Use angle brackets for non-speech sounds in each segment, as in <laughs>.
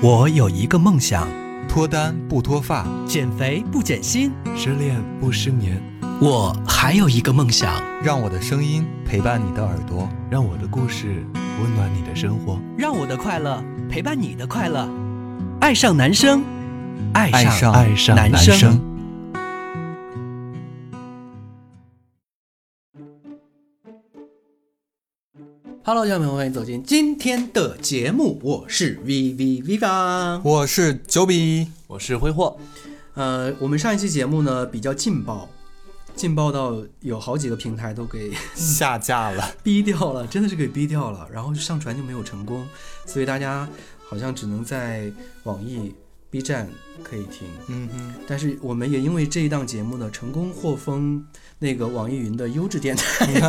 我有一个梦想，脱单不脱发，减肥不减薪。失恋不失眠。我还有一个梦想，让我的声音陪伴你的耳朵，让我的故事温暖你的生活，让我的快乐陪伴你的快乐。爱上男生，爱爱上爱上男生。生哈喽，小朋友们，欢迎走进今天的节目，我是 V V Viva。我是九比，我是挥霍，呃，我们上一期节目呢比较劲爆，劲爆到有好几个平台都给下架了。逼掉了，真的是给逼掉了，然后上传就没有成功，所以大家好像只能在网易、B 站可以听。嗯哼，但是我们也因为这一档节目呢，成功获封那个网易云的优质电台， <laughs>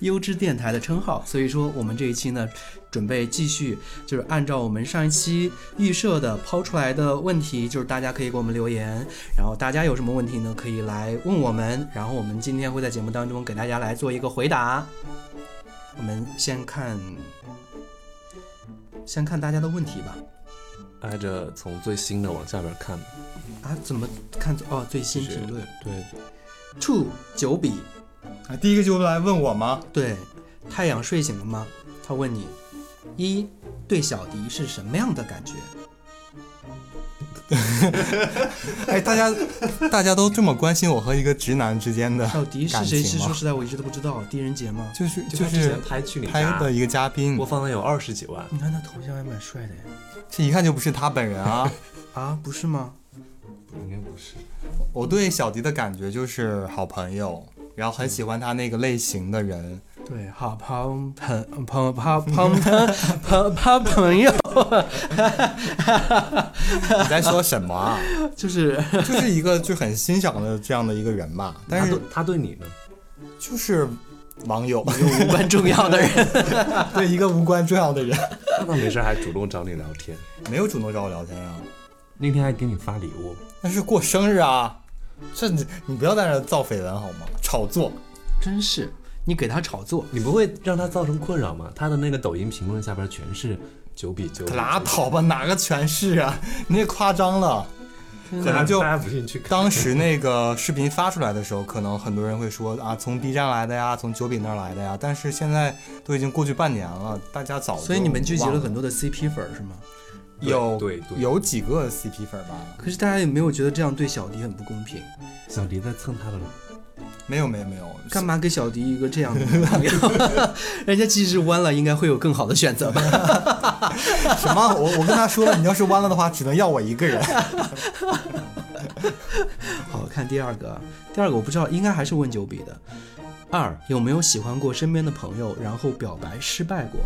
优质电台的称号。所以说，我们这一期呢，准备继续就是按照我们上一期预设的抛出来的问题，就是大家可以给我们留言，然后大家有什么问题呢，可以来问我们，然后我们今天会在节目当中给大家来做一个回答。我们先看，先看大家的问题吧。按着从最新的往下边看，啊，怎么看？哦，最新就是评论。对，处九比，啊，第一个就来问我吗？对，太阳睡醒了吗？他问你，一对小迪是什么样的感觉？哎，大家大家都这么关心我和一个直男之间的，小迪是感谁？情是吗说实在，我一直都不知道。狄仁杰吗？就是就就他之是前拍去你拍家的一个嘉宾啊播，放量有二十几万，你看他头像还蛮帅的呀。这一看就不是他本人啊。啊，不是吗？应该不是。我对小迪的感觉就是好朋友，然后很喜欢他那个类型的人。对，好朋朋朋 <laughs> 朋朋朋朋朋朋友，你在说什么啊？ <laughs> 就是就是一个就很欣赏的这样的一个人 <laughs> 吧，但他是对他对你呢？就是网友无关重要的人。 <laughs> 对一个无关重要的人， <laughs> 他倒没事还主动找你聊天，没有主动找我聊天啊。那天还给你发礼物，那是过生日啊！这你你不要在那造绯闻好吗？炒作， <laughs> 真是，你给他炒作，你不会让他造成困扰吗？他的那个抖音评论下边全是九比九，拉倒吧，哪个全是啊？ <laughs> 你也夸张了。真可大的家能就大家不信去看。当时那个视频发出来的时候，可能很多人会说啊，从 B 站来的呀，从九饼那儿来的呀。但是现在都已经过去半年了，大家早就所以你们聚集忘了很多的 CP 粉儿是吗？对有对对有几个 CP 粉吧？可是大家有没有觉得这样对小迪很不公平？小迪在蹭他的没有没有没有，干嘛给小迪一个这样的女朋友？ <laughs> 人家即使弯了，应该会有更好的选择吧？ <laughs> 什么？我我跟他说了，你要是弯了的话，只能要我一个人。 <laughs> 好看第二个啊，第二个我不知道，应该还是问九比的。二有没有喜欢过身边的朋友，然后表白失败过？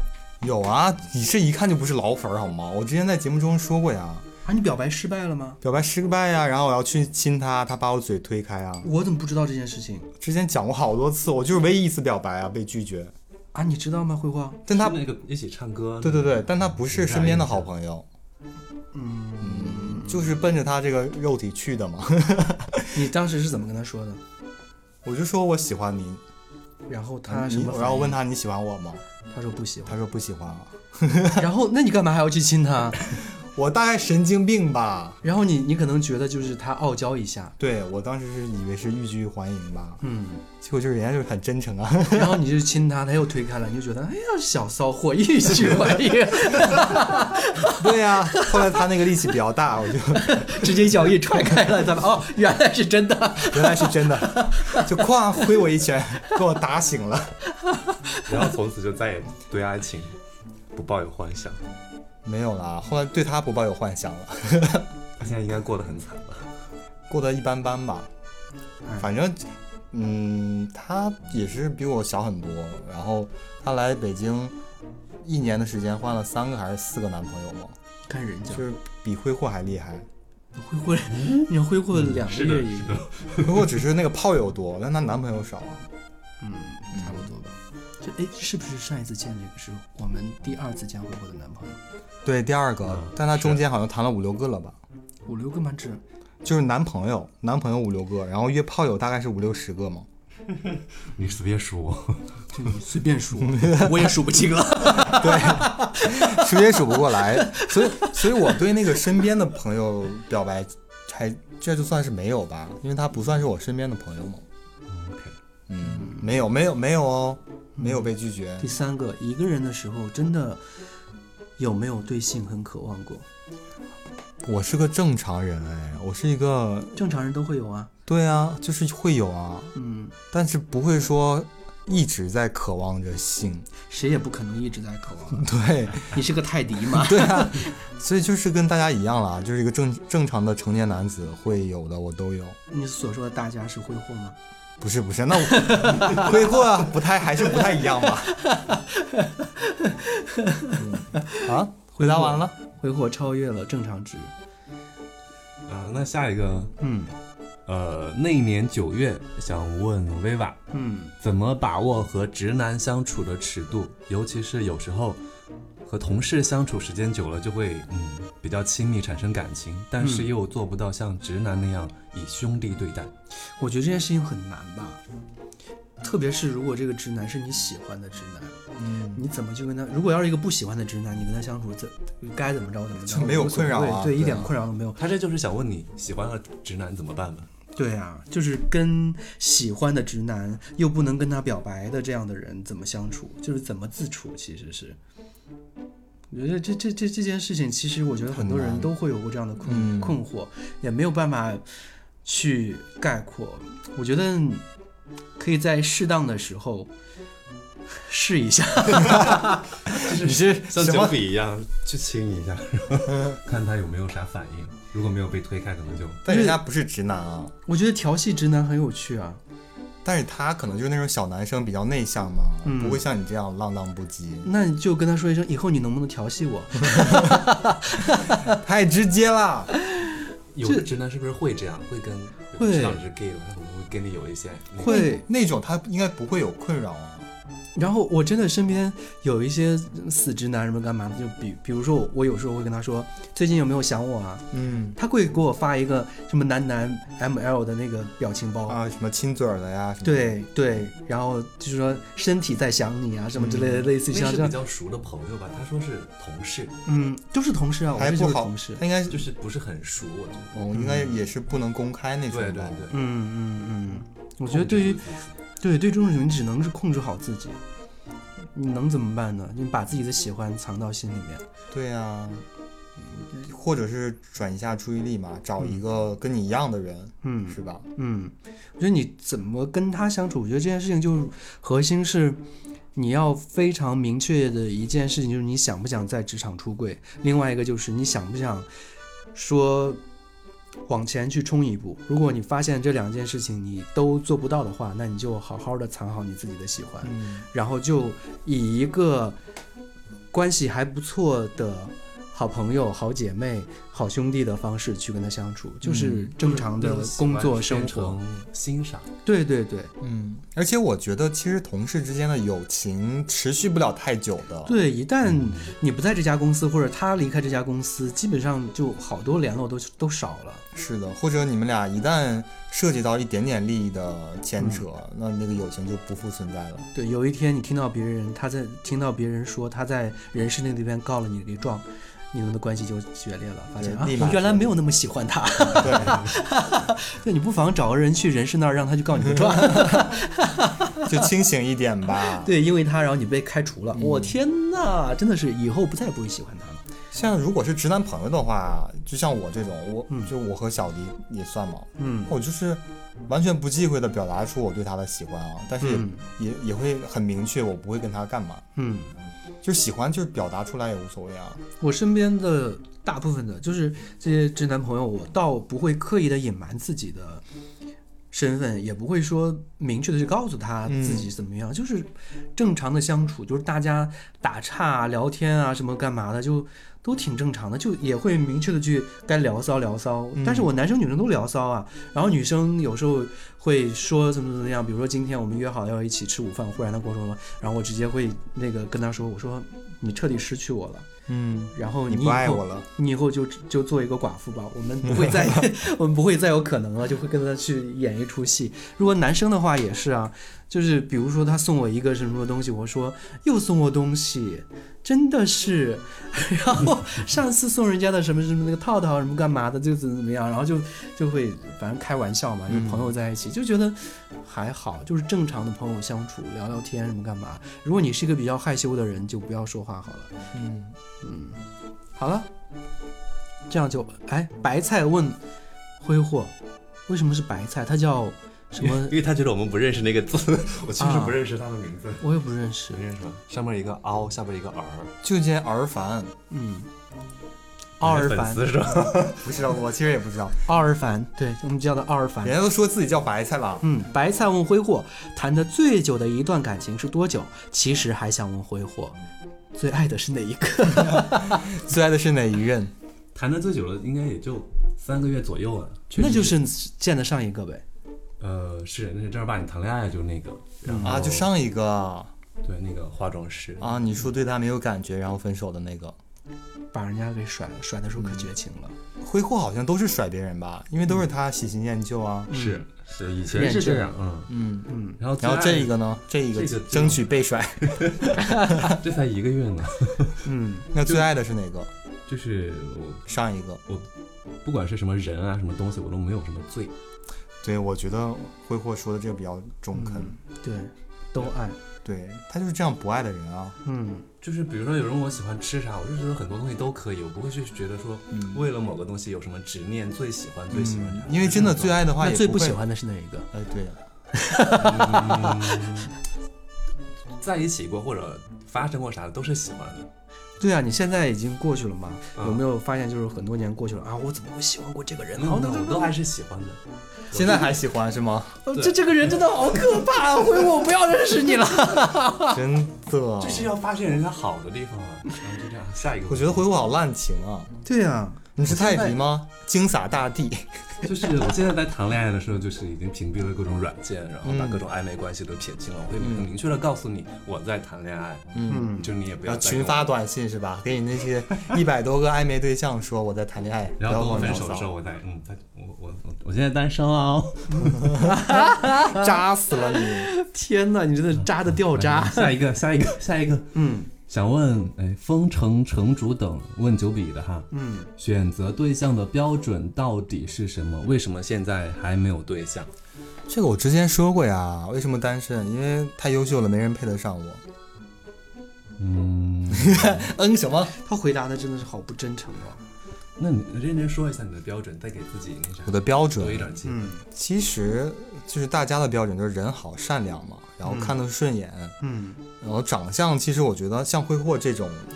有啊，你这一看就不是老粉儿好吗？我之前在节目中说过呀，啊，你表白失败了吗？表白失败啊呀，然后我要去亲他，他把我嘴推开啊。我怎么不知道这件事情之前讲过好多次，我就是唯一一次表白啊被拒绝，啊？你知道吗，慧花？但他是那个一起唱歌，对对对，但他不是身边的好朋友，嗯，就是奔着他这个肉体去的嘛。你当时是怎么跟他说的？我就说我喜欢你，然后他什你么？然后我问，他你喜欢我吗？他说不喜欢。他说不喜欢啊。 <laughs> 然后那你干嘛还要去亲他？我大概神经病吧？然后你你可能觉得就是他傲娇一下，对我当时是以为是欲拒还迎吧，嗯，结果就是人家就是很真诚啊。 <laughs> 然后你就亲他，他又推开了，你就觉得哎呀小骚货，一举还 <laughs> 迎。对呀、 <laughs> 后来他那个力气比较大，我就直接脚一踹开了，咱们哦，原来是真的。原来是真的，就哐挥我一拳，给我打醒了。然后从此就再也对爱情不抱有幻想。没有啦，后来对他不抱有幻想了，他现在应该过得很惨吧？过得一般般吧。反正，嗯，他也是比我小很多。然后他来北京一年的时间，换了三个还是四个男朋友嘛，看人家就，是比挥霍还厉害。挥霍，你挥霍两个月一个，挥霍只是那个炮 <laughs> 友多，但她男朋友少啊。嗯，差不多吧。这哎，是不是上一次见这个是我们第二次见挥霍的男朋友？对，第二个嗯，但她中间好像谈了五六个了吧？五六个吗？这就是男朋友，男朋友五六个，然后约炮友大概是五六十个嘛。你随便说，就你随便数，我也数不清了。数也数不过来，所以所以我对那个身边的朋友表白，还这就算是没有吧，因为他不算是我身边的朋友嘛。 OK 嗯，没有没有没有哦，没有被拒绝。嗯 <laughs> 第三个，一个人的时候真的有没有对性很渴望过？我是个正常人哎，我是一个正常人都会 <laughs> 有啊。对啊，就是会有啊，嗯，但是不会说一直在渴望着性。谁也不可能一直在渴啊望。对，你是个泰迪 <laughs> 嘛？对啊，所以就是跟大家一样啦，就是一个正正常的成年男子会有的，我都有。你所说的大家是挥霍吗？不是不是，那我 <laughs> 挥霍啊，不太还是不太一样 <laughs> 吧？啊嗯、啊，回答完了，挥霍超越了正常值。啊、那下一个，嗯呃，那一年九月，想问 Viva 嗯，怎么把握和直男相处的尺度，尤其是有时候和同事相处时间久了，就会嗯比较亲密，产生感情，但嗯是又做不到像直男那样以兄弟对待。我觉得这件事情很难吧，特别是如果这个直男是你喜欢的直男，嗯，你怎么去跟他？如果要是一个不喜欢的直男，你跟他相处怎该怎么着怎么着，就没有无所谓困扰啊对，一对啊点困扰都没有。他这就是想问你喜欢了直男怎么办吧？对啊，就是跟喜欢的直男又不能跟他表白的这样的人怎么相处，就是怎么自处，其实是。我觉得这这这这件事情，其实我觉得很多很人难都会有过这样的困、嗯困惑，也没有办法去概括。我觉得可以在适当的时候试一下， <laughs> 你是像什酒么？笔一样去亲一下， <laughs> 然后看他有没有啥反应。如果没有被推开，可能就但人家不是直男啊，我觉得调戏直男很有趣啊。但是他可能就是那种小男生比较内向嘛，嗯不会像你这样浪荡不羁，那你就跟他说一声，以后你能不能调戏我？太直接了。有的直男是不是会这样？会跟会知道你是 gay 了，他可能会跟你有一些那个会那种他应该不会有困扰啊。然后我真的身边有一些死直男什么干嘛的，就比比如说我我有时候会跟他说，最近有没有想我啊？嗯他会给我发一个什么男男 ML 的那个表情包，啊，什么亲嘴儿的呀，什么对对，然后就是说身体在想你啊什么之类的，类似于那像是这比样，较熟的朋友吧，他说是同事，嗯，都是同事啊，我还们不就是好同事，他应该就是是不是很熟，我觉得。哦，应该也是不能公开那种对吧。对对，嗯嗯嗯，我觉得对于对对这种人，你只能是控制好自己，你能怎么办呢？你把自己的喜欢藏到心里面，对呀、嗯或者是转移一下注意力嘛，找一个跟你一样的人，嗯。是吧？嗯，我觉得你怎么跟他相处，我觉得这件事情就是核心是你要非常明确的一件事情，就是你想不想在职场出柜，另外一个就是你想不想说往前去冲一步。如果你发现这两件事情你都做不到的话，那你就好好的藏好你自己的喜欢，嗯，然后就以一个关系还不错的。好朋友、好姐妹、好兄弟的方式去跟他相处，就是嗯正常的工作生活。，欣赏。对对对嗯，而且我觉得其实同事之间的友情持续不了太久的。对，一旦你不在这家公司，或者他离开这家公司，基本上就好多联络都都少了。是的，或者你们俩一旦涉及到一点点利益的牵扯，那那个友情就不复存在了。对，有一天你听到别人他在听到别人说他在人事那里边告了你给撞，你们的关系就决裂了，发现对啊，立马我原来没有那么喜欢他。 <laughs> 对，你不妨找个人去人事那儿让他去告你不 <laughs> 状。就清醒一点吧。对，因为他然后你被开除嗯了，我天呐，真的是以后不再也不会喜欢他了。像如果是直男朋友的话，就像我这种，我、就我和小迪也算嘛，嗯我就是完全不忌讳的表达出我对他的喜欢啊，但是也、嗯也也会很明确，我不会跟他干嘛，嗯。就是喜欢就是表达出来也无所谓啊。我身边的大部分的，就是这些直男朋友，我倒不会刻意的隐瞒自己的身份，也不会说明确的去告诉他嗯自己怎么样，就是正常的相处，就是大家打岔啊、聊天啊、什么干嘛的，就都挺正常的，就也会明确的去该聊骚聊骚。嗯但是我男生女生都聊骚啊，然后女生有时候会说怎么怎么样，比如说今天我们约好要一起吃午饭，忽然她跟我说什么，然后我直接会那个跟她说，我说你彻底失去我了，嗯，然后你以不爱后我了，你以后就就做一个寡妇吧，我们不会再 <laughs> 我们不会再有可能了，就会跟他去演一出戏。如果男生的话也是啊，就是比如说他送我一个什么什么东西，我说又送我东西，真的是， <laughs> 然后上次送人家的什么什么那个套套什么干嘛的，就怎么怎么样，然后就就会反正开玩笑嘛，就嗯朋友在一起就觉得还好，就是正常的朋友相处聊聊天什么干嘛。如果你是一个比较害羞的人，就不要说话好了。嗯，好了，这样就哎，白菜问挥霍，为什么是白菜？它叫 <laughs> 什么因？为他觉得我们不认识那个字， <laughs> 我确实不认识他的名字。我也不认识你。认识吗？上面一个凹，下边一个儿，就见儿凡，嗯，奥尔粉凡，丝是吧？不知道，我其实也不知道，奥尔凡，对我们叫他奥尔凡。人家都说自己叫白菜了，嗯，白菜问挥霍，谈的最久的一段感情是多久？其实还想问挥霍，最爱的是哪一个？ <laughs> 最爱的是哪一任？ <laughs> 谈的最久了，应该也就三个月左右了。 <laughs> 那就是见得上一个呗。呃，是那是正儿八经谈恋爱就那个，然后啊，就上一个对那个化妆师啊，你说对他没有感觉，然后分手的那个，把人家给甩了，甩的时候可绝情了。挥霍好像都是甩别人吧，因为都是他喜新厌旧啊。是是以前是这样，嗯，嗯，嗯，然后然后这一个个呢，这一个这个争取被甩。 <laughs> <laughs> 这才一个月呢，嗯，那最爱的是哪个？就是我上一个。不管是什么人啊什么东西，我都没有什么罪。对，我觉得挥霍说的这个比较中肯。嗯对，都爱。嗯对他就是这样不爱的人啊。嗯，就是比如说有人问我喜欢吃啥，我就觉得很多东西都可以，我不会去觉得说嗯，为了某个东西有什么执念，最喜欢最喜欢啥。因为真的最爱的话那也最不不会喜。欢的是哪一个？哎，对，在一起过或者发生过啥的都是喜欢的。对啊，你现在已经过去了嘛？嗯有没有发现，就是很多年过去了啊，我怎么会喜欢过这个人？没好有，那那我都还是喜欢的。现在还喜欢是 <laughs> 吗？哦这这个人真的好可怕，回我不要认识你了。真的就。是要发现人家好的地方啊。然后就这样，下一个。我觉得挥霍好滥情啊！ <laughs> 对啊，你是泰迪吗？惊洒大地。 <laughs> 就是我现在在谈恋爱的时候，就是已经屏蔽了各种软件，然后把嗯各种暧昧关系都撇清了。我会很明确的告诉你我在谈恋爱，嗯。嗯，就你也不然要后再跟群我发短信是吧？给你 <laughs> 那些一百多个暧昧对象说我在谈恋爱，不然要后跟跟我分我聊手的时候，骚，我再嗯，再我我我我现在单身啊哦，扎死了你！天哪，你真的渣的掉 <laughs> 渣。下一个，下一个，下一个。嗯 <laughs> 想问，哎，风城城主等问九比的哈，嗯，选择对象的标准到底是什么？为什么现在还没有对象？这个我之前说过呀，为什么单身？因为太优秀了，没人配得上我。嗯， <laughs> 嗯，什么？他回答的真的是好不真诚啊。那你认真说一下你的标准，再给自己那啥我的标多一准点劲。嗯其实就是大家的标准，就是人好、善良嘛，然后看得顺眼，嗯然后长相，其实我觉得像挥霍这种嗯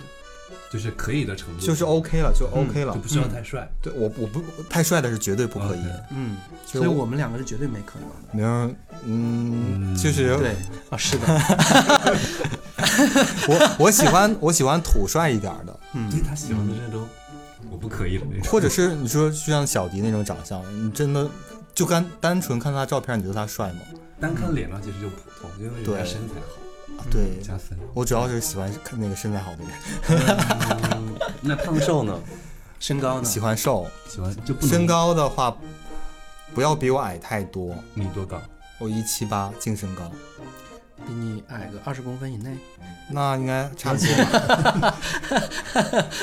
就是可以的程度，就是 OK 了，就 OK 了。就不需要太帅。啊对我，我不太帅的是绝对不可以。 OK 嗯，就所以我们两个是绝对没可能的。没有，嗯，嗯就是对啊，是 <laughs> 的，我我喜欢我喜欢土帅一点儿的，对嗯，他喜欢的这都，我不可以了那种。或者是你说就像小迪那种长相，你真的就干单纯看他照片，你觉得他帅吗？单看脸上其实就普通，因为人对家身材好，啊对，加 <laughs> 分。我主要是喜欢看那个身材好的人，嗯那胖瘦呢？身高呢 <laughs> 喜？欢瘦，喜欢就不能身高的话不要比我矮太多，你多高？我一七八净身高，比你矮个二十公分以内。那应该差不多吧。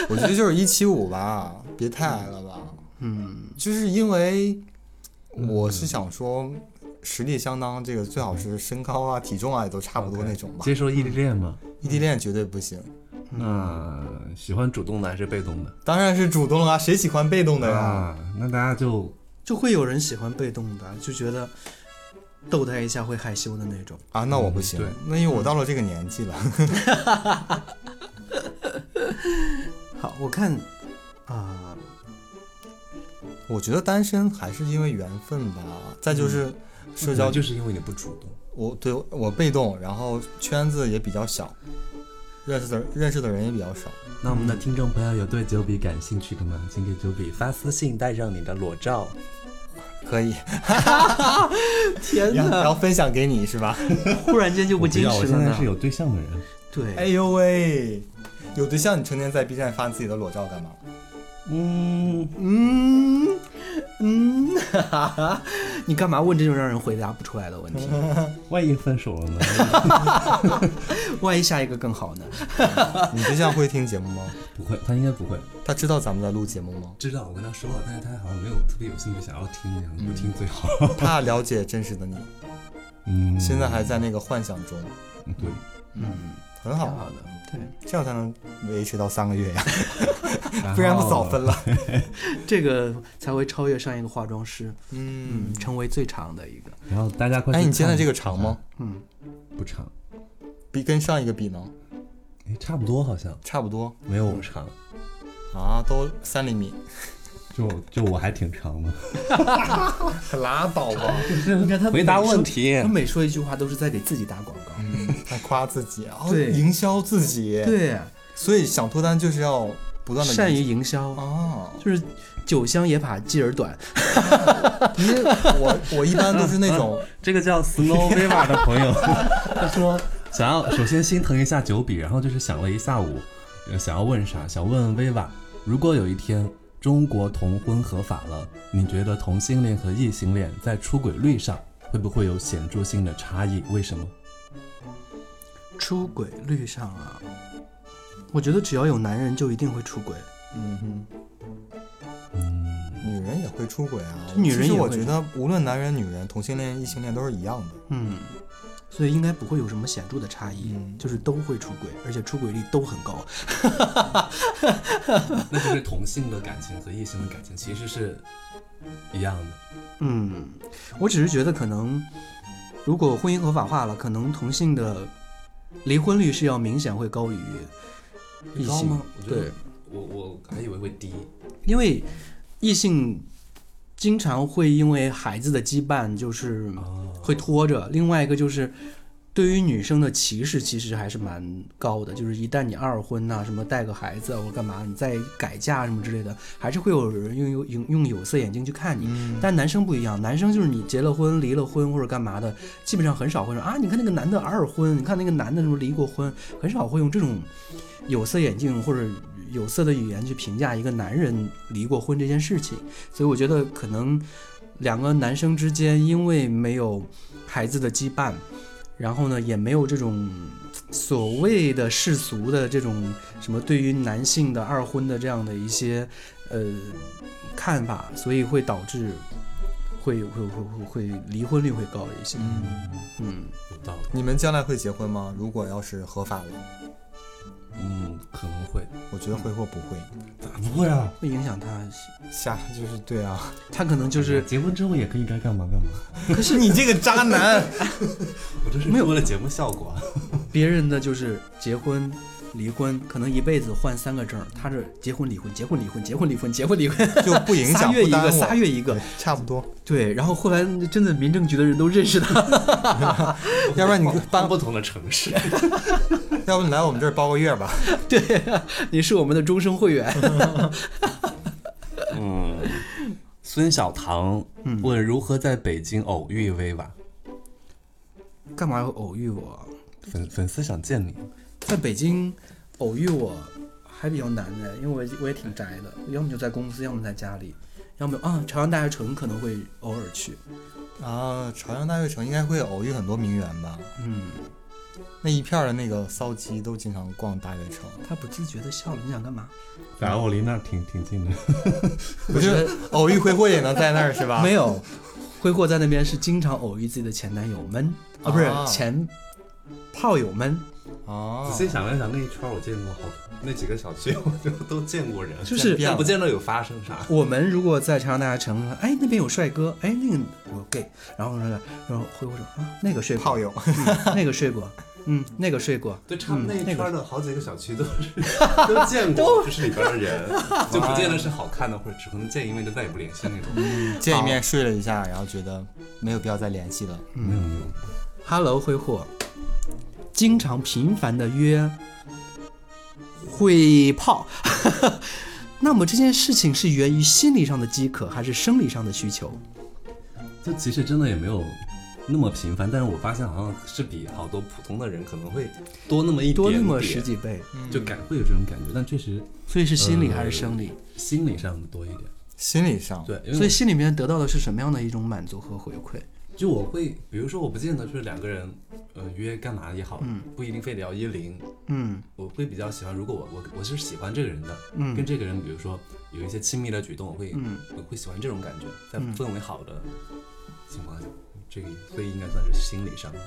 我觉得就是一七五吧，别太矮了吧。嗯就是因为我是想说，实力相当，这个最好是身高啊、体重啊也都差不多 OK 那种吧。嗯接受异地恋吗？异地恋绝对不行，那喜欢主动的还是被动的？当然是主动了啊，谁喜欢被动的呀？啊，那大家就就会有人喜欢被动的，就觉得逗他一下会害羞的那种。啊，那我不行嗯对，那因为我到了这个年纪了。 <laughs> 好，我看啊、我觉得单身还是因为缘分吧，再就是嗯社交，就是因为你不主动。我对我被动，然后圈子也比较小。认识的认识的人也比较少。那我们的听众朋友有对九比感兴趣的吗？请给九比发私信，带上你的裸照。可以，天然后哪，然后分享给你是吧？忽然间就不我知矜道我持现了在呢是。有对象的人，对，哎呦喂，有对象你成天在 B 站发自己的裸照干嘛？嗯，嗯嗯，哈哈哈， <laughs> 你干嘛问这种让人回答不出来的问题？万一分手了呢？万一下一个更好呢？你对象会听节目吗？不会，他应该不会他知道咱们在录节目 <laughs> 吗？知道。我跟他说了，但是他好像没有特别有兴趣想要听那样，不听最好。他了解真实的你， <laughs> 嗯，现在还在那个幻想中，对， <laughs> 嗯，很挺好啊，好的。对，这样才能维持到三个月呀、哦后不然不早分。了。这个才会超越上一个化妆师，嗯嗯，，成为最长的一个。然后大家快去哎，看！你现在这个长吗？嗯，不长，比跟上一个比呢？哎，差不多好像差不多没有我长，啊，都三厘米。就就我还挺长的。拉倒吧， <laughs> 你看他回答每说问题他每说一句话都是在给自己打广告。 <laughs> 还夸自己，然后嗯对营销自己。，对，所以想脱单就是要不断的善于营销，哦，就是酒香也怕继而短。因为我我一般都是那种， <laughs> 这个叫 Snow Viva 的朋友，他说想要首先心疼一下九比，然后就是想了一下午，呃想要问啥？想问 Viva，如果有一天中国同婚合法了，你觉得同性恋和异性恋在出轨率上会不会有显著性的差异？为什么？出轨率上啊，我觉得只要有男人就一定会出轨。嗯嗯，哼，女人也会出轨啊。女人其也会实我觉得无论男人、女人，同性恋、异性恋都是一样的。嗯，所以应该不会有什么显著的差异，嗯就是都会出轨，而且出轨率都很高。 <laughs> 那就是同性的感情和异性的感情其实是一样的。嗯，我只是觉得可能，如果婚姻合法化了，可能同性的离婚率是要明显会高于异高性吗？我觉得对，我我还以为会低，因为异性经常会因为孩子的羁绊，就是会拖着。另外一个就是。对于女生的歧视其实还是蛮高的，就是一旦你二婚呐、什么带个孩子啊或者干嘛，你再改嫁什么之类的，还是会有人用有用用有色眼镜去看你。嗯，但男生不一样，男生就是你结了婚、离了婚或者干嘛的，基本上很少会说啊，你看那个男的二婚，你看那个男的什么离过婚，很少会用这种有色眼镜或者有色的语言去评价一个男人离过婚这件事情。所以我觉得可能两个男生之间因为没有孩子的羁绊，然后呢也没有这种。所谓的世俗的这种什么对于男性的二婚的这样的一些呃看法，所以会导致会会会会会离婚率会高一些。嗯，有道理。你们将来会结婚吗？如果要是合法了，嗯，可能会。我觉得会或不会。咋不会啊？会影响他，下就是对啊，他可能就是结婚之后也可以该干嘛干嘛。可是你这个渣男，我这是没有为了节目效果。别人的就是结婚。离婚可能一辈子换三个证儿，他是结婚离婚结婚离婚结婚离婚结婚离婚，就不影 <laughs> 仨响月不一耽个误。仨月一个对，，差不 <laughs> 多。对。然后后来真的民政局的人都认识他，要不然你搬不同的城市，要不你来我们这儿包个月吧？ <laughs> 对，啊你是我们的终身会员。嗯。孙小唐问如何在北京偶遇 Viva，干嘛要偶遇我？啊粉粉丝想见你，在北京偶遇我还比较难的，因为我我也挺宅的，要么就在公司，要么在家里，要么啊朝阳大学城可能会偶尔去，啊，朝阳大悦城应该会偶遇很多名媛吧？嗯，那一片儿的那个骚鸡都经常逛大悦 <laughs> 城。他不自觉的笑了，你想干嘛？反正我离那儿挺挺近的。不是偶遇挥霍也能在那儿是啊 <laughs> 吧？没有，挥霍在那边是经常偶遇自己的前男友们啊，不是啊前炮友们，啊仔，细想了想，那一圈我见过好，那几个小区我就都见过人，就是变但了啊不见得有发生啥。我们如果在长安大学城，哎，那边有帅哥，哎，那个我 gay，然后那个，然后挥霍说啊，那个睡过，炮友，嗯那个睡过，嗯，那个睡过，对，差不嗯多那一那圈个的好几个小区都是 <laughs> 都见过，就是里边的人， <laughs> 就不见得是好看的，或者只可能见一面就再也不联系那种。 <laughs> 见一面睡了一下，然后觉得没有必要再联系了。没有没有， Hello，挥霍，经常频繁的约会泡。 <laughs> 那么这件事情是源于心理上的饥渴，还是生理上的需求？就其实真的也没有那么频繁，但是我发现好像是比好多普通的人可能会多那么一点点，多那么十几倍，就感会有这种感觉，但确实呃所以是心理还是生理？心理上的多一点。心理上，对，嗯因为所以我心里面得到的是什么样的一种满足和回馈？就我会，比如说我不见得就是两个人，呃，约干嘛也好，嗯不一定非得要一零，嗯我会比较喜欢，如果我我我是喜欢这个人的，跟嗯这个人，比如说有一些亲密的举动，我会、嗯，我会喜欢这种感觉，在嗯氛围好的情况下，这个所以应该算是心理上的，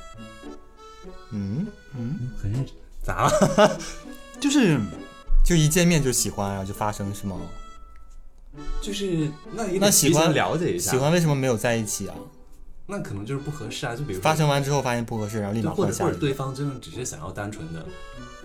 嗯，嗯，很认真，咋了？ <laughs> 就是就一见面就喜欢，然后就发生是吗？就是那也那得喜提前欢了解一下，喜欢为什么没有在一起啊？那可能就是不合适啊，就比如说发生完之后发现不合适，然后立就马或换者下或一者个。对方真的只是想要单纯的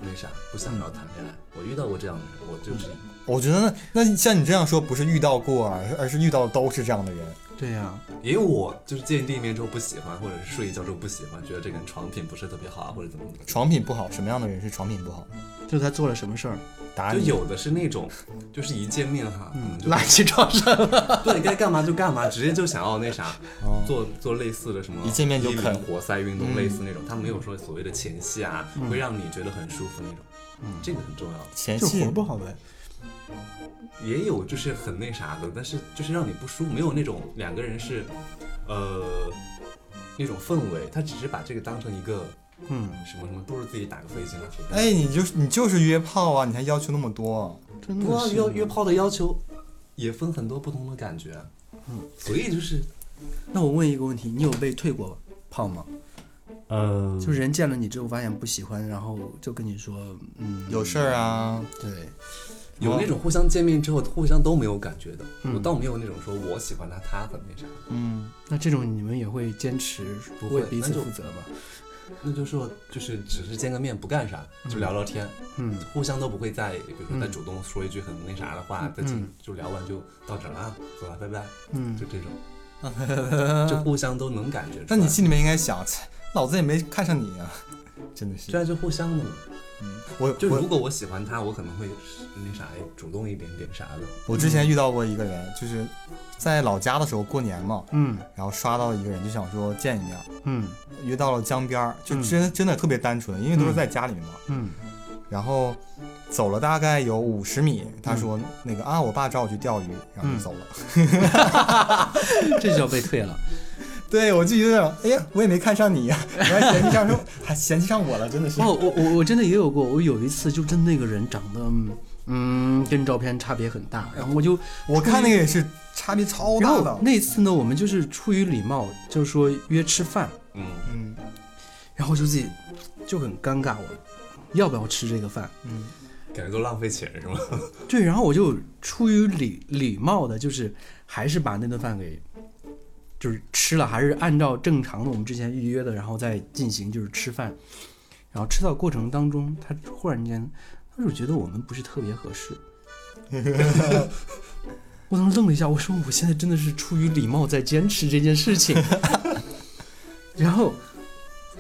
那啥，不想要谈恋爱。我遇到过这样的人，我就是我觉得那那像你这样说，不是遇到过啊，而是遇到的都是这样的人。对呀、嗯也有我就是见第一面之后不喜欢，或者是睡一觉之后不喜欢，觉得这个人床品不是特别好啊，或者怎么怎么。床品不好，什么样的人是床品不好？就是他做了什么事儿，打就你。有的是那种，就是一见面哈，嗯，就垃圾招生。 <laughs> 对该干嘛就干嘛，直接就想要那啥，哦做做类似的什么，一见面就啃活塞运动类似那种，他没有说所谓的前戏啊，会让你觉得很舒服那种，嗯，这个很重要。前就戏活不好呗。也有就是很那啥的，但是就是让你不舒服，没有那种两个人是，呃，那种氛围，他只是把这个当成一个嗯，什么什么，不如自己打个飞机嘛。随便哎，，你就是你就是约炮啊，你还要求那么多？真不的过是约约炮的要求也分很多不同的感觉，嗯，所以就是那我问一个问题，你有被退过炮吗？呃，就人见了你之后发现不喜欢，然后就跟你说，嗯，有事儿啊？对，有那种互相见面之后互相都没有感觉的，我倒没有那种说我喜欢他，他很那啥，嗯，那这种你们也会坚持不会为彼此那就负责吧？那就说就是只是见个面不干啥，就聊聊天，嗯，互相都不会再，比如说再主动说一句很那啥的话，再进嗯就聊完就到这儿了啊，走了，拜拜，嗯就，这种， <laughs> 就互相都能感觉出那来。你心里面应该想，切老子也没看上你啊， <laughs> 真的是对。啊，就互相的嘛。我就我如果我喜欢他，我可能会那啥，哎主动一点点啥的。我之前遇到过一个人，就是在老家的时候过年嘛，嗯然后刷到一个人，就想说见一面，嗯约到了江边儿，就真、真的特别单纯，因为都是在家里面嘛。嗯然后走了大概有五十米，他说、那个啊，我爸找我去钓鱼，然后就走了。 <laughs> 嗯，这就叫被退了。对我就觉得，哎呀，我也没看上你呀，你还嫌弃 <laughs> 上说还嫌弃上我了，真的是。哦，我我我真的也有过，我有一次就真那个人长得，嗯嗯，跟照片差别很大，然后我就我看那个也是差别超然大后的。那次呢，我们就是出于礼貌，就是说约吃饭，嗯，嗯然后就自己就很尴尬，我要不要吃这个饭？嗯，感觉都浪费钱是吗？对，然后我就出于礼礼貌的，就是还是把那顿饭给就是吃了，还是按照正常的我们之前预约的，然后再进行就是吃饭。然后吃到过程当中，他忽然间，他就觉得我们不是特别合适。 <laughs> 我当时愣了一下，我说我现在真的是出于礼貌在坚持这件事情。 <laughs> 然后，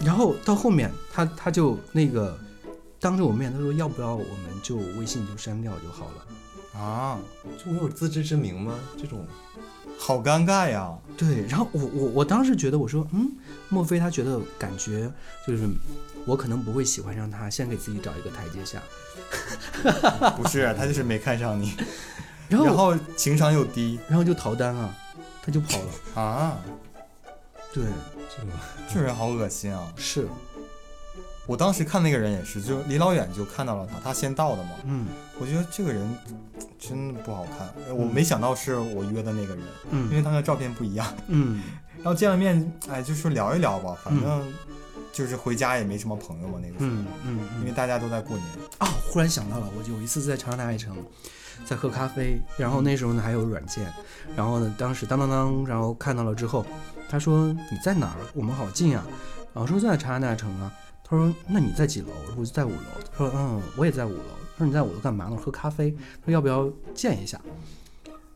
然后到后面他他就那个当着我面他说要不要我们就微信就删掉就好了。啊，就没有自知之明吗？这种好尴 <laughs> 尬呀。对，然后我我我当时觉得我说嗯，莫非他觉得感觉就是我可能不会喜欢上他，先给自己找一个台阶下。不是，他就是没看上你，然后然后情商又低然后就逃单啊，他就跑了。啊，对，这种这人好恶心啊！是，我当时看那个人也是，就离老远就看到了他，他先到的嘛。嗯我觉得这个人真的不好看，呃我没想到是我约的那个人，因嗯为他的照片不一样。嗯，然后见了面，哎，就说聊一聊吧，反正就是回家也没什么朋友嘛，那个时候，嗯嗯因为嗯大家都在过年。啊！忽然想到了，我有一次在长沙爱城，在喝咖啡，然后那时候呢还有软件，然后呢当时当当当，然后看到了之后，他说你在哪儿？我们好近啊！然后说在长沙爱城啊。他说那你在几楼？我说在五楼。他说嗯，我也在五楼。他说你在五楼干嘛呢？我说喝咖啡。他说要不要见一下？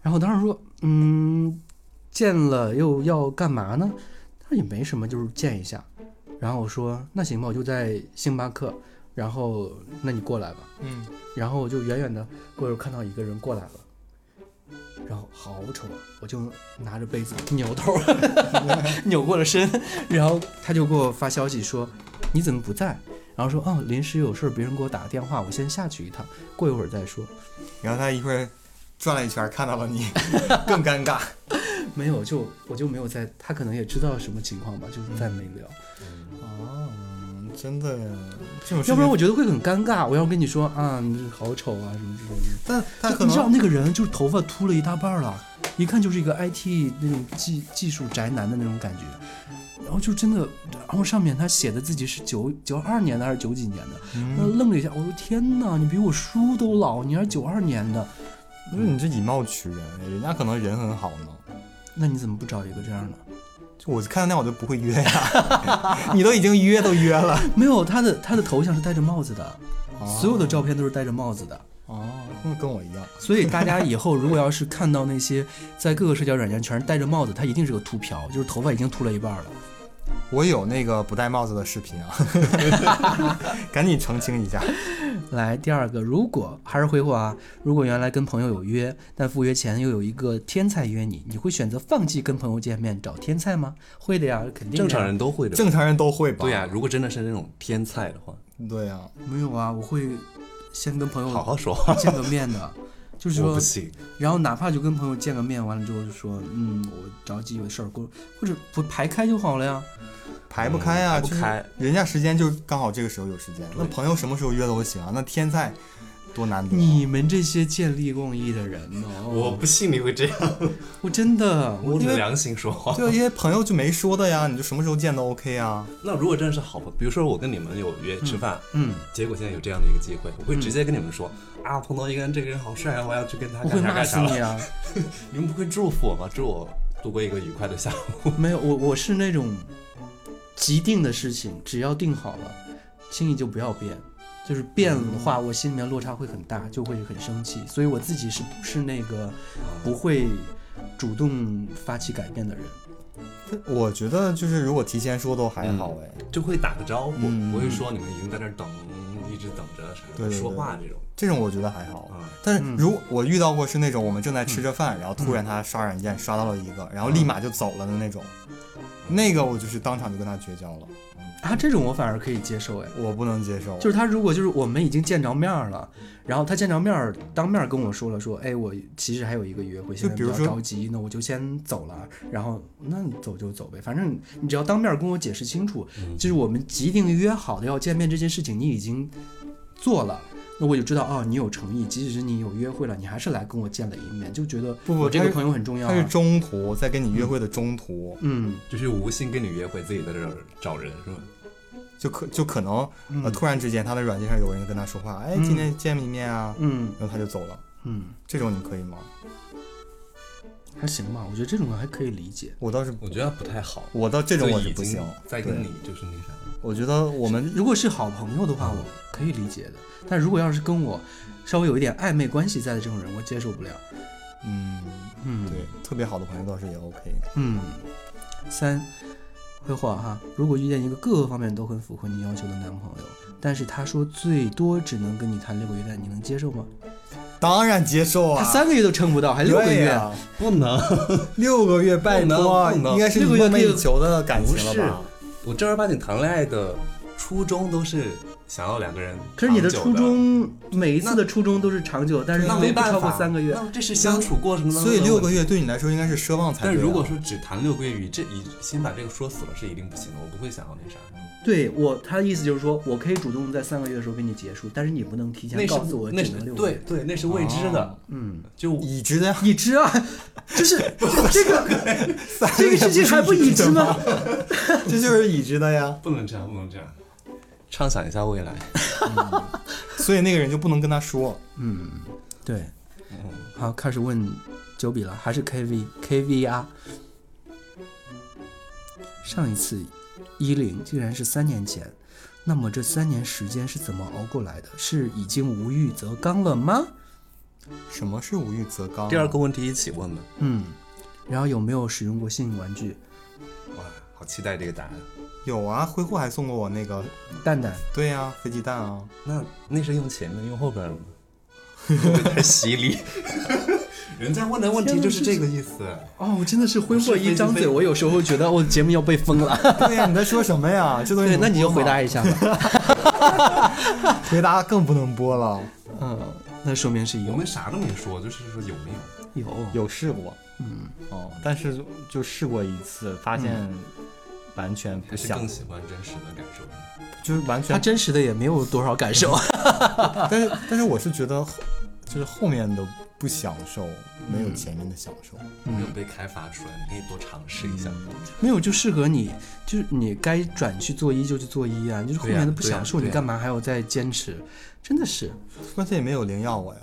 然后我当时说嗯，见了又要干嘛呢？他说也没什么，就是见一下。然后我说那行吧，我就在星巴克。然后那你过来吧。嗯，然后我就远远的过头看到一个人过来了，然后好丑，啊！我就拿着杯子扭头扭过了身，然后他就给我发消息说你怎么不在？然后说哦临时有事儿，别人给我打个电话，我先下去一趟，过一会儿再说。然后他一会儿转了一圈，看到了 <laughs> 你，更尴尬。没有，就我就没有在，他可能也知道什么情况吧，就是再没聊。哦，真的呀，这种事要不然情，我觉得会很尴尬。我要跟你说啊，你这好丑啊，什么这种的。但他就可你知道能那个人就是头发秃了一大半儿了，一看就是一个 IT 那种技技术宅男的那种感觉。然后就真的，然后上面他写的自己是九九二年的还是九几年的，嗯我愣了一下，我说天哪，你比我叔都老，你还是九二年的，不是你这以貌取人，人家可能人很好呢。那你怎么不找一个这样的？就我看到那我就不会约呀、 <laughs> 你都已经约都约了。没有，他的他的头像是戴着帽子的，所有的照片都是戴着帽 <laughs> 子的。哦，那跟我一样。所以大家以后如果要是看到那些在各个社交软件全是戴着帽子，他一定是个秃瓢，就是头发已经秃了一半儿了。我有那个不戴帽子的视频啊， <laughs> 赶紧澄清一下。来，第二个，如果还是挥霍啊，如果原来跟朋友有约，但赴约前又有一个天才约你，你会选择放弃跟朋友见面找天才吗？会的呀，肯定的呀正常人都会的。正常人都会吧？对呀、如果真的是那种天菜的话，对呀、没有啊，我会先跟朋友好好说话。见个面的，嗯就是我说不，行，然后哪怕就跟朋友见个面，完了之后就说，嗯，我着急有事儿，过或者不排开就好了呀。排不开啊，嗯排不开，人家时间就刚好这个时候有时间，那朋友什么时候约都行啊。那天菜多难得啊，你们这些见利共义的人哦，我不信你会这样，我真的我摸着良心说话。对啊，因为朋友就没说的呀，你就什么时候见都 OK 啊。那如果真的是好朋友，比如说我跟你们有约吃饭，嗯，结果现在有这样的一个机会，我会直接跟你们说、啊，碰到一个人，这个人好帅啊，我要去跟他我干会啥骂干死啥了。你啊。你们不会祝福我吗？祝我度过一个愉快的下午。 <laughs> 没有，我我是那种既定的事情，只要定好了，轻易就不要变。就是变的话，我心里面落差会很大，就会很生气。所以我自己是是那个不会主动发起改变的人。我觉得就是如果提前说都还好哎，就会打个招呼，嗯不会说你们已经在那儿等，一直等着啥对的对说话这种这种我觉得还好。啊。但是如我遇到过是那种我们正在吃着饭，然后嗯突然他刷软件刷到了一个，然后立马就走了的那种，那个我就是当场就跟他绝交了，啊，这种我反而可以接受，哎，我不能接受。就是他如果就是我们已经见着面儿了，然后他见着面儿当面儿跟我说了说，哎，我其实还有一个约会，现在比比如较说着急，那我就先走了。然后那你走就走呗，反正你只要当面儿跟我解释清楚，嗯就是我们既定约好的要见面这件事情，你已经做了。那我就知道哦，你有诚意，即使你有约会了，你还是来跟我见了一面，就觉得不不我这个他是朋友很重要、他是啊。中途在跟你约会的中途，嗯，就是无心跟你约会，自己在这儿找人是吧？就可就可能、呃嗯突然之间他的软件上有个人跟他说话，哎，今天见没面啊，嗯然后他就走了，嗯，这种你可以吗？还行吧，我觉得这种还可以理解。我倒是我觉得不太好，我倒这种我是不行，再跟你就是那啥，我觉得我们如果是好朋友的嗯话，我可以理解的。但如果要是跟我稍微有一点暧昧关系在的这种人，我接受不了。嗯嗯，对特别好的朋友倒是也 OK，嗯。三，挥霍哈，如果遇见一个各个方面都很符合你要求的男朋友，但是他说最多只能跟你谈六个月，你能接受吗？当然接受他啊，三个月都撑不到，还六个对月？呀不能。六个月，拜托，不能不能应该是你梦寐以求的感情了吧？我正儿八经谈恋爱的初衷都是想要两个人可是你的长初久的，衷，每一次的初衷都是长久，但是那都没不办超法，过三个月。那这是相处过程当中的所以六个问题。月对你来说应该是奢望才对、但啊。如果说只谈六个月，以这以先把这个说死了是一定不行的，我不会想要那啥。对我，他的意思就是说我可以主动在三个月的时候跟你结束，但是你不能提前那告诉我是那只是能六个对月。对，那是未知的。嗯。就已知的呀，已知啊，就是这 <laughs> 个这个事情还 <laughs> 不已知吗？这就是已知的呀。不能这样，不能这样，畅想一下未来。哦所以那个人就不能跟他说，嗯，对，嗯好，开始问九比了，还是 KV KV 啊？上一次一零竟然是三年前，那么这三年时间是怎么熬过来的？是已经无欲则刚了吗？什么是无欲则刚啊、第二个问题一起问吧。嗯，然后有没有使用过性玩具？哇，好期待这个答案。有啊，灰户还送过我那个，蛋蛋，对呀、飞机蛋啊， <laughs> 那那是用前面，用后边了吗？会不会太犀利。人家问的问题就是这个意思。哦，我真的是挥霍是非一张非嘴，我有时候觉得我节目要被封了。对呀、你在说什么 <laughs> 呀？这东西对，那你就能播回吗答一下吧。回答更不能播了，嗯， <laughs> 那说明是我有们啥都没说，就是说有没有？有有试过，嗯，哦，但是就试过一次，发现完全不还是像，更喜欢真实的感受？就是完他全，真实的也没有多少感受。但是但是我是觉得后，就是后面的不享受，没有前面的享受，嗯没有被开发出来，你可以多尝试一下。没有就适合你，就是你该转去做一就去做一啊，就是后面的不对呀享受，啊对呀你干嘛还要再坚持？真的是 <laughs> 关键也没有零要我呀。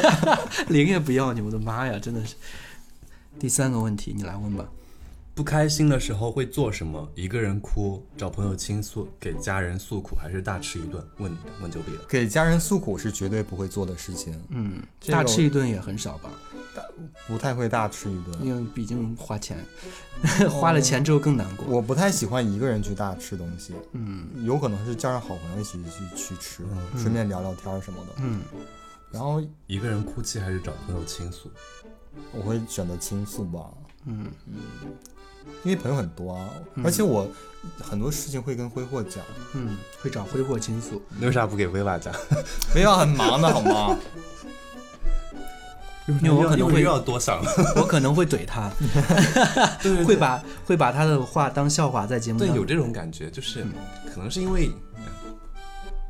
<laughs> 零也不要你，我的妈呀，真的是。第三个问题，你来问吧。不开心的时候会做什么？一个人哭，找朋友倾诉，给家人诉苦，还是大吃一顿？问你的，问就比了。给家人诉苦是绝对不会做的事情，嗯，这个大吃一顿也很少吧，不太会大吃一顿。因为毕竟花钱， <laughs> 花了钱之后更难过。我不太喜欢一个人去大吃东西，嗯有可能是叫上好朋友一起去去吃，顺便聊聊天儿什么的。嗯，然后一个人哭泣还是找朋友倾诉？我会选择倾诉吧。嗯因为朋友很多啊，而且我很多事情会跟挥霍讲。嗯，会找挥霍倾诉。你为啥不给薇拉讲？没有很忙的好吗？因为我可能会又要多想了。 <laughs> 我可能会怼 <laughs> 他，会把会把他的话当笑话在节目对，当有中。这种感觉，就是可能是因为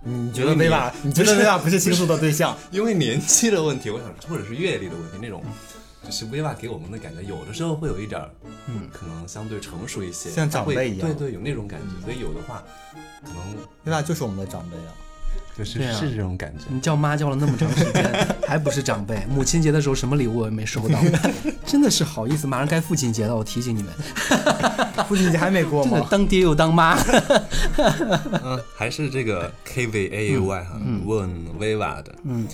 你觉得薇娅你觉得薇娅不是倾诉的对象？因为年纪的问题，我想或者是阅历的问题，那种就是薇娃给我们的感觉，有的时候会有一点儿，嗯，可能相对成熟一些，像长辈她会一样对对，有那种感觉。所以有的话，可能薇娅就是我们的长辈啊。就是对啊是这种感觉。你叫妈叫了那么长时间，还不是长辈？母亲节的时候什么礼物我也没收到，真的是好意思。马上该父亲节了，我提醒你们，父亲节还没过 <laughs> 真的吗？当爹又当妈。嗯， <laughs> 还是这个 K V A U Y 哈，问 Viva 的。嗯，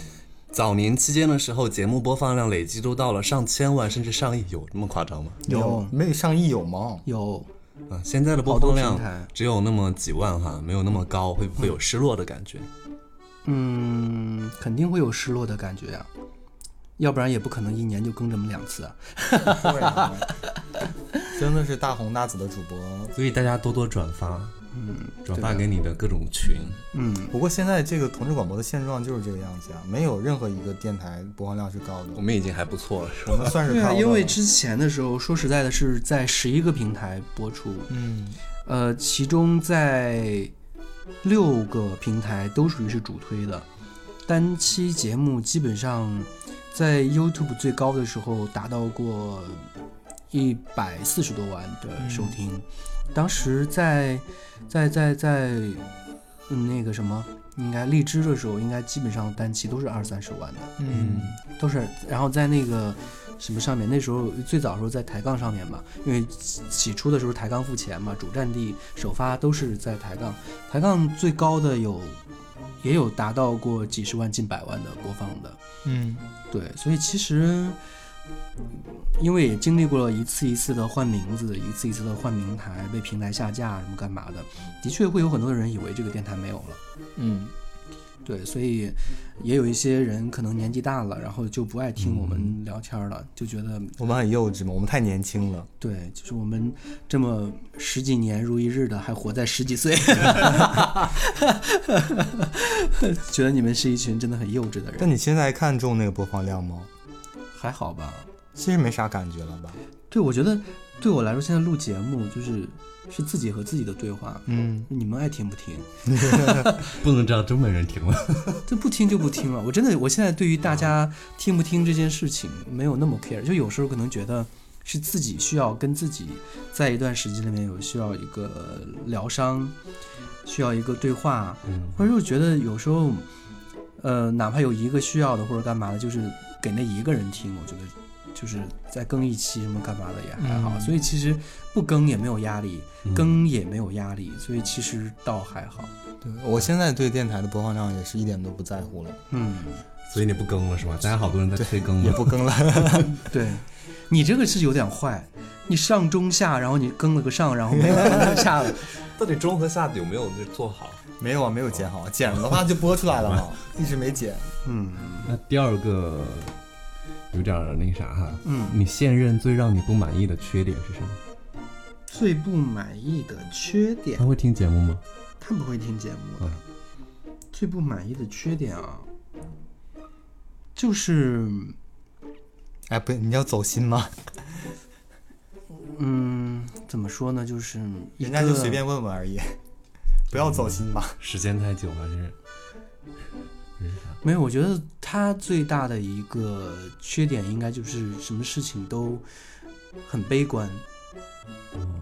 早年期间的时候，节目播放量累计都到了上千万甚至上亿，有这么夸张吗？有没有上亿 <laughs> 有吗？有，啊，现在的播好多放平量台只有那么几万哈，没有那么高，会不会有失落的感觉？嗯，肯定会有失落的感觉呀、要不然也不可能一年就更这么两次啊。会啊真的是大红大紫的主播。嗯所以大家多多转发，嗯，转发给你的各种群，嗯，不过现在这个同志广播的现状就是这个样子啊，没有任何一个电台播放量是高的我，们已经还不错了，是吧？我们算嗯是对高啊，的了因为之前的时候，说实在的是在十一个平台播出，嗯，呃，其中在六个平台都属于是主推的，单期节目基本上在 YouTube 最高的时候达到过一百四十多万的收听，嗯当时在在在在、嗯、那个什么，应该荔枝的时候，应该基本上单期都是二三十万的，嗯，都是，然后在那个什么上面，那时候最早的时候在抬杠上面嘛，因为起起初的时候抬杠付钱嘛，主战地首发都是在抬杠，抬杠最高的有也有达到过几十万、近百万的播放的，嗯，对，所以其实。因为也经历过了一次一次的换名字，一次一次的换平台，被平台下架什么干嘛的，的确会有很多人以为这个电台没有了。嗯，对，所以也有一些人可能年纪大了，然后就不爱听我们聊天儿了，就觉得我们很幼稚嘛，我们太年轻了。对，就是我们这么十几年如一日的，还活在十几岁， <laughs> 觉得你们是一群真的很幼稚的人，但你现在看重那个播放量吗？还好吧？其实没啥感觉了吧？对，我觉得对我来说，现在录节目就是是自己和自己的对话。嗯，你们爱听不听，不能这样，真没人听了。这不听就不听了。我真的，我现在对于大家听不听这件事情没有那么 care，就有时候可能觉得是自己需要跟自己在一段时间里面有需要一个疗伤，需要一个对话，嗯，或者我觉得有时候，呃，哪怕有一个需要的或者干嘛的，就是给那一个人听，我觉得就是再更一期什么干嘛的也还好。嗯所以其实不更也没有压力，嗯更也没有压力，所以其实倒还好。对我现在对电台的播放量也是一点都不在 <laughs> 乎了，嗯，所以你不更了是吧？大家好多人在退更也了，不更了。对。你这个是有点坏，你上中下，然后你更了个上，然后没有更了下了，到底中和下有没有做好？ <laughs> 没有啊，没有剪好，剪了的话就播出来了 <laughs> 嘛，一直没剪。嗯那第二个有点儿那啥哈，嗯。你现任最让你不满意的缺点是什么？最不满意的缺点他，会听节目吗？他不会听节目的嗯。最不满意的缺点啊，就是哎，不，你要走心吗？嗯，怎么说呢，就是一 <laughs> 人家就个随便问问而已， <laughs> 不要走心吧。时间太久还是？没有，我觉得他最大的一个缺点应该就是什么事情都很悲观，嗯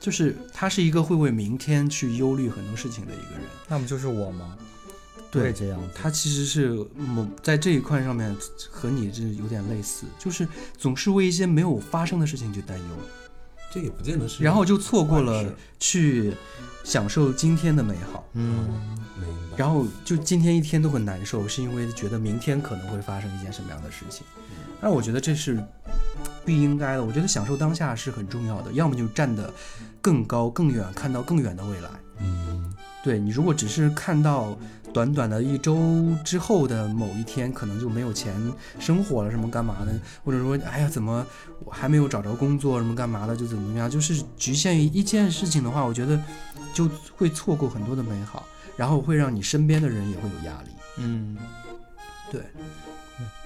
就是他是一个会为明天去忧虑很多事情的一个人。 <laughs> 那不就是我吗？对我也这样子。他其实是某在这一块上面和你这有点类似，就是总是为一些没有发生的事情去担忧，这也不见得是然后就错过坏了事去享受今天的美好，嗯，明白。然后就今天一天都很难受，是因为觉得明天可能会发生一件什么样的事情。但我觉得这是不应该的，我觉得享受当下是很重要的，要么就站得更高更远，看到更远的未来。嗯，对你如果只是看到短短的一周之后的某一天，可能就没有钱生活了，什么干嘛的，或者说，哎呀，怎么我还没有找着工作，什么干嘛的，就怎么怎么样，就是局限于一件事情的话，我觉得就会错过很多的美好，然后会让你身边的人也会有压力。嗯，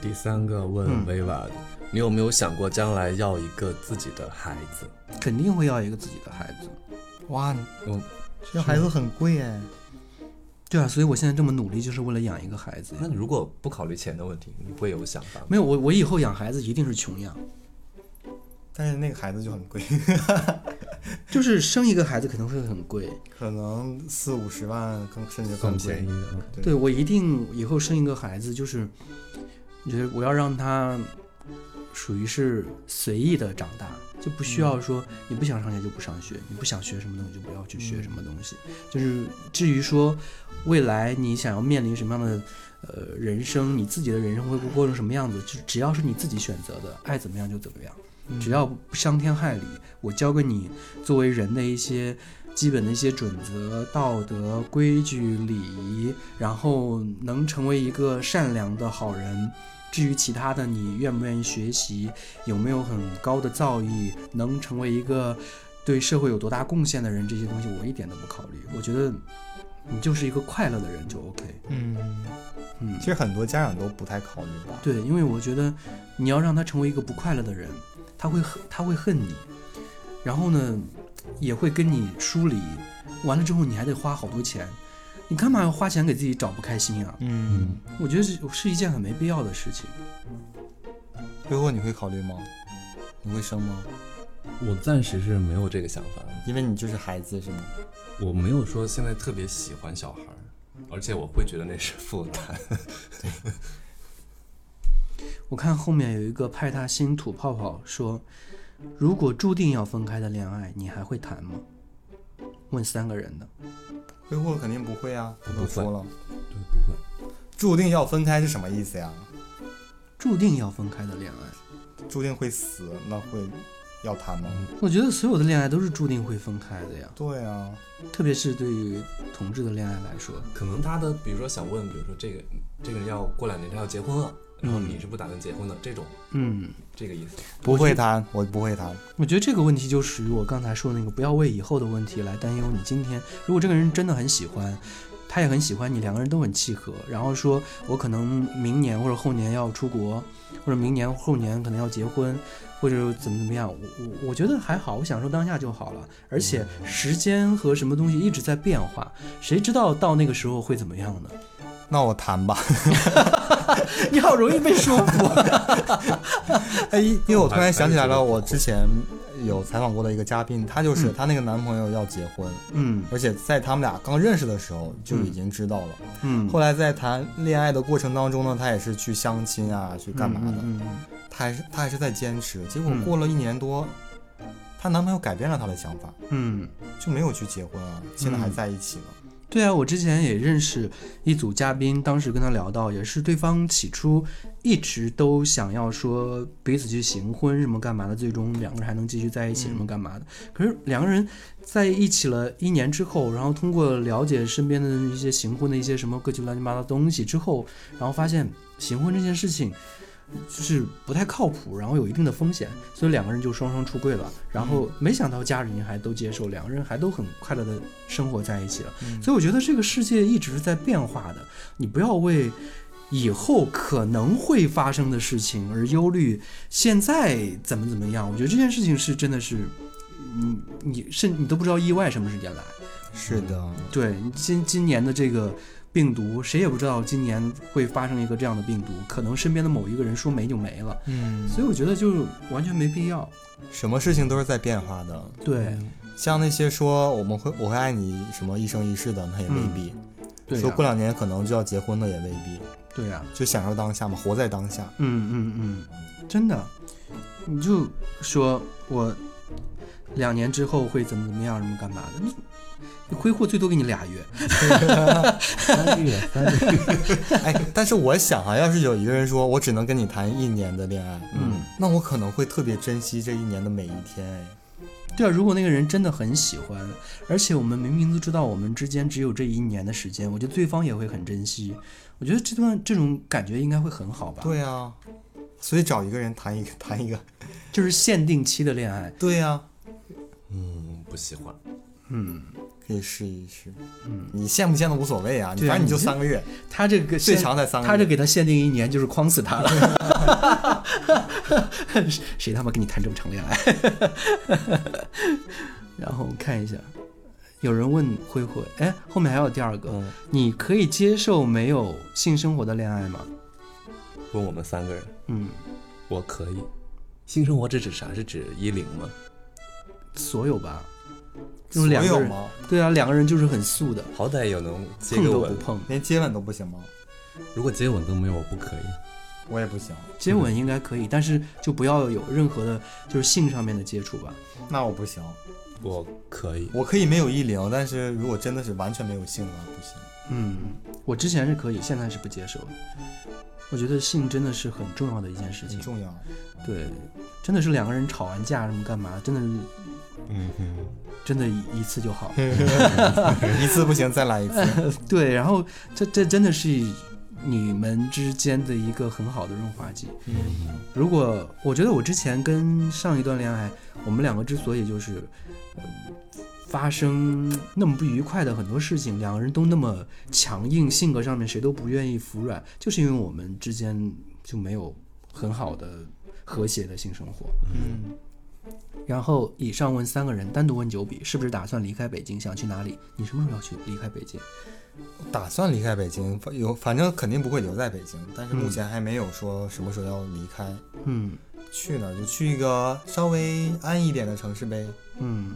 第三个嗯问维瓦，你有没有想过将来要一个自己的孩子？肯定会要一个自己的孩子，哇，嗯，这孩子很贵哎。对啊，所以我现在这么努力，就是为了养一个孩子呀。那你如果不考虑钱的问题，你会有想法吗？没有我，我以后养孩子一定是穷养，但是那个孩子就很贵， <laughs> 就是生一个孩子可能会很贵，可能四五十万更甚至很更便贵宜。嗯的，对对我一定以后生一个孩子，就是，就是我要让他属于是随意的长大，就不需要说你不想上学就不上学，你不想学什么东西就不要去学什么东西。就是至于说未来你想要面临什么样的呃人生，你自己的人生会过成什么样子，就只要是你自己选择的，爱怎么样就怎么样，只要不伤天害理。我教给你作为人的一些基本的一些准则、道德、规矩、礼仪，然后能成为一个善良的好人。至于其他的，你愿不愿意学习，有没有很高的造诣，能成为一个对社会有多大贡献的人，这些东西我一点都不考虑。我觉得你就是一个快乐的人就 OK。嗯，嗯其，实很多家长都不太考虑吧。对，因为我觉得你要让他成为一个不快乐的人，他会恨他会恨你，然后呢，也会跟你疏离。完了之后，你还得花好多钱，你干嘛要花钱给自己找不开心啊？嗯，我觉得是是一件很没必要的事情。最后你会考虑吗？你会生吗？我暂时是没有这个想法，因为你就是孩子是吗？我没有说现在特别喜欢小孩儿，而且我会觉得那是负担。我看后面有一个派大星吐泡泡说：“如果注定要分开的恋爱，你还会谈吗？”问三个人的，挥霍肯定不会啊，我都说了， <laughs> 对，不会。注定要分开是什么意思呀？注定要分开的恋爱，注定会死，那会要谈吗？我觉得所有的恋爱都是注定会分开的呀，对啊，特别是对于同志的恋爱来说，可能他的，比如说想问，比如说这个这个人要过两年他要结婚了，然后你是不打算结婚的，这种嗯，这个意思。不会谈，我不会谈。我觉得这个问题就属于我刚才说的那个，不要为以后的问题来担忧。你今天如果这个人真的很喜欢，他也很喜欢你，两个人都很契合，然后说我可能明年或者后年要出国，或者明年后年可能要结婚，或者怎么怎么样，我我我觉得还好，我享受当下就好了。而且时间和什么东西一直在变化，谁知道到那个时候会怎么样呢？ <laughs> 那我谈吧，你好容易被说服。 <laughs> <laughs> 哎，因为我突还然还想起来是觉了，得我不之前有采访过的一个嘉宾，她就是嗯她那个男朋友要结婚， <laughs> 嗯而且在他们俩刚认识的时候就已经知道了。嗯，后来在谈恋爱的过程当中呢，她也是去相亲啊，去干嘛的，嗯嗯她还是她还是在坚持。结果嗯过了一年多，她男朋友改变了她的想法，嗯嗯就没有去结婚啊，现在还嗯在一起呢。对啊，我之前也认识一组嘉宾，当时跟他聊到，也是对方起初一直都想要说彼此去行婚什么干嘛的，最终两个人还能继续在一起什么干嘛的。可是两个人在一起了一年之后，然后通过了解身边的一些行婚的一些什么各种乱七八糟东西之后，然后发现行婚这件事情。就是不太靠谱，然后有一定的风险，所以两个人就双双出柜了。然后没想到家人还都接受，两个人还都很快乐的生活在一起了。所以我觉得这个世界一直是在变化的，你不要为以后可能会发生的事情而忧虑，现在怎么怎么样？我觉得这件事情是真的是，你你甚你都不知道意外什么时间来。是的，对，今今年的这个病毒，谁也不知道今年会发生一个这样的病毒，可能身边的某一个人说没就没了，嗯，所以我觉得就完全没必要。什么事情都是在变化的。对，嗯像那些说我们会我会爱你什么一生一世的，那也未必；嗯对啊说呀、过两年可能就要结婚的也未必。对呀、就享受当下嘛，活在当 <laughs> 下。嗯嗯嗯，真的，你就说我两年之后会怎么怎么样，什么干嘛的，你你挥霍最多给你俩月，三月三月，哎，但是我想啊，要是有一个人说我只能跟你谈一年的恋爱，嗯，那我可能会特别珍惜这一年的每一天。哎，对啊，如果那个人真的很喜欢，而且我们明明都知道我们之间只有这一年的时间，我觉得对方也会很珍惜。我觉得这段这种感觉应该会很好吧？，对啊，所以找一个人谈一个谈一个，就是限定期的恋爱。对啊，嗯，不喜欢。嗯，可以试一试。嗯，你羡不羡慕无所谓啊，你对啊反正你就你这三个月，他这个最限长才三个月。他这给他限定一年，就是框死他了。 <laughs> 谁他妈跟你谈这么长恋爱？ <laughs> 然后我看一下，有人问慧慧，哎，后面还有第二个，嗯，你可以接受没有性生活的恋爱吗？问我们三个人，嗯，我可以。性生活是指啥？是指一零吗？所有吧，就是所两个有人，吗？对啊，两个人就是很素的，好歹也能接碰个都不吻。碰。连接吻都不行吗？如果接吻都没有，我不可以。我也不行，接吻应该可以，但是就不要有任何的，就是性上面的接触吧。那我不行，我可以。我可以没有一零，但是如果真的是完全没有性的话，不行。嗯，我之前是可以，现在是不接受的。我觉得性真的是很重要的一件事情很，重要。对，真的是两个人吵完架什么干嘛，真的是嗯哼，真的一一次就好。一次不行，再来一次。对，然后这这真的是你们之间的一个很好的润滑剂。嗯，如果我觉得我之前跟上一段恋爱，我们两个之所以就是，嗯发生那么不愉快的很多事情，两个人都那么强硬，性格上面谁都不愿意服软，就是因为我们之间就没有很好的和谐的性生活。嗯，然后以上问三个人，单独问九比，是不是打算离开北京，想去哪里？你什么时候要去离开北京？打算离开北京，反有反正肯定不会留在北京，但是目前还没有说什么时候要离开，嗯去哪儿就去一个稍微安一点的城市呗。嗯。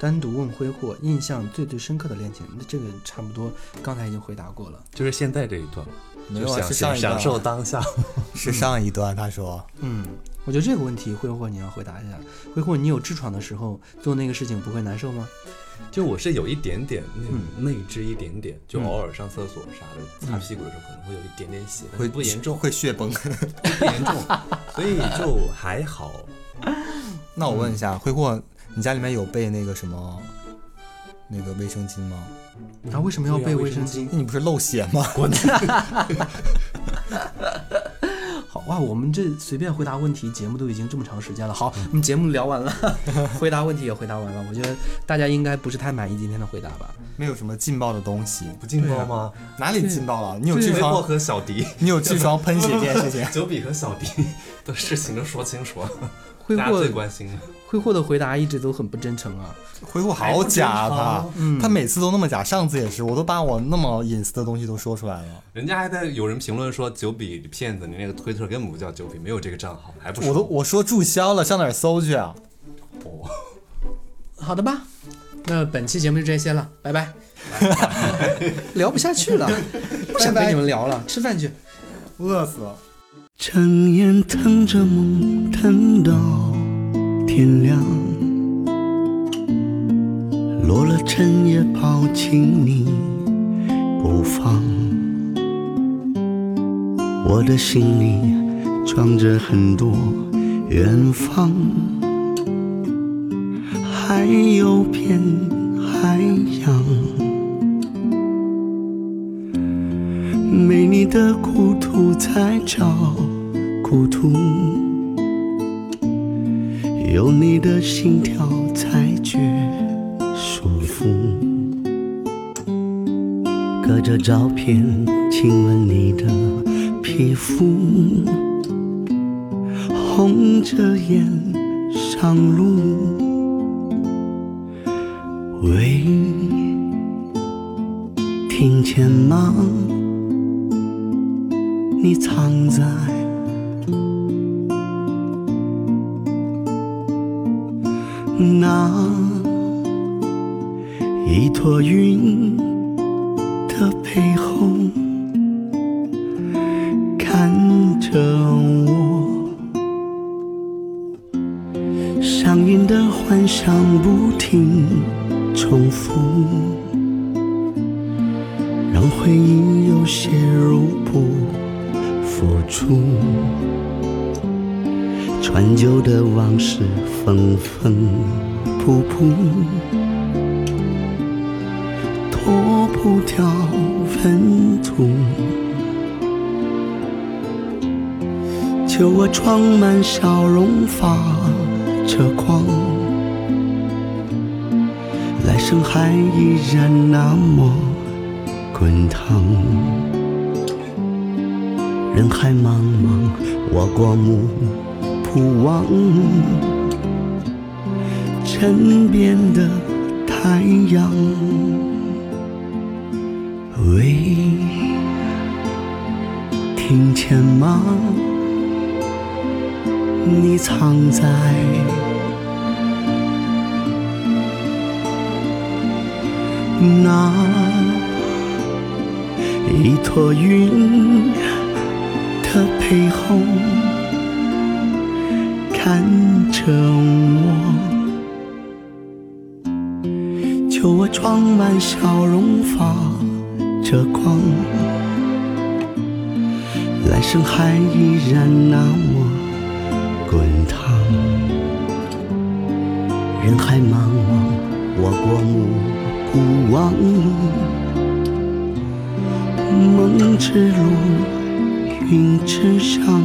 单独问挥霍，印象最最深刻的恋情，那这个差不多刚才已经回答过了。就是现在这一段，没就有啊，享是上享一段享受当下。是上一段，他说嗯，我觉得这个问题，挥霍你要回答一下。挥霍，你有痔疮的时候做那个事情不会难受吗？就我是有一点点嗯内内痔，一点点，就嗯偶尔上厕所啥的，擦屁股的时候可能会有一点点血，但会嗯是不严重，会血崩。不严重， <laughs> 所以就还好。那我问一下，挥霍，你家里面有备那个什么那个卫生巾吗？啊，为什么要对啊备卫卫生生巾？那你不是漏血吗？好哇，我们这随便回答问题，节目都已经这么长时间了。好，我们节目聊完 <laughs> 了，回答问题也回答完了。我觉得大家应该不是太满意今天的回答吧？没有什么劲爆的东西，啊不劲爆吗？哪里劲爆了？你有就痔微博疮，和小迪，，你有痔疮喷血这件事情 <laughs> 九比和小迪 <laughs> 的事情都说清楚了，挥大家霍最关心了。挥霍的回答一直都很不真诚啊。挥霍好假啊他。嗯，他每次都那么假，上次也是，我都把我那么隐私的东西都说出来了，人家还在有人评论说九比骗子，你那个推特根本不叫九比，没有这个账号，还不说我都我说注销了，上哪儿搜去啊？哦好的吧，那本期节目就这些了，拜拜。聊不下去了，不想跟你们聊了，吃饭去。饿死了。常言疼着梦，疼到天亮。落了尘也抛弃你不放。我的心里装着很多远方，还有片海洋，没你的故土才叫故土。有你的心跳才觉舒服。隔着照片亲吻你的皮肤，红着眼上路。喂，听见吗？你藏在。那一坨云的背后，看着我，上瘾的幻想不停重复，让回忆有些入不敷出。穿旧的往事缝缝补补，脱不掉温度。酒窝装满笑容发着光，来生还依然那么滚烫。人海茫茫，我过目。不忘枕边的太阳。喂，听见吗？你藏在那一坨云的背后。看着我，酒窝装满笑容发着光，来生还依然那么滚烫。人海茫茫，我过目不忘，梦之路，云之上。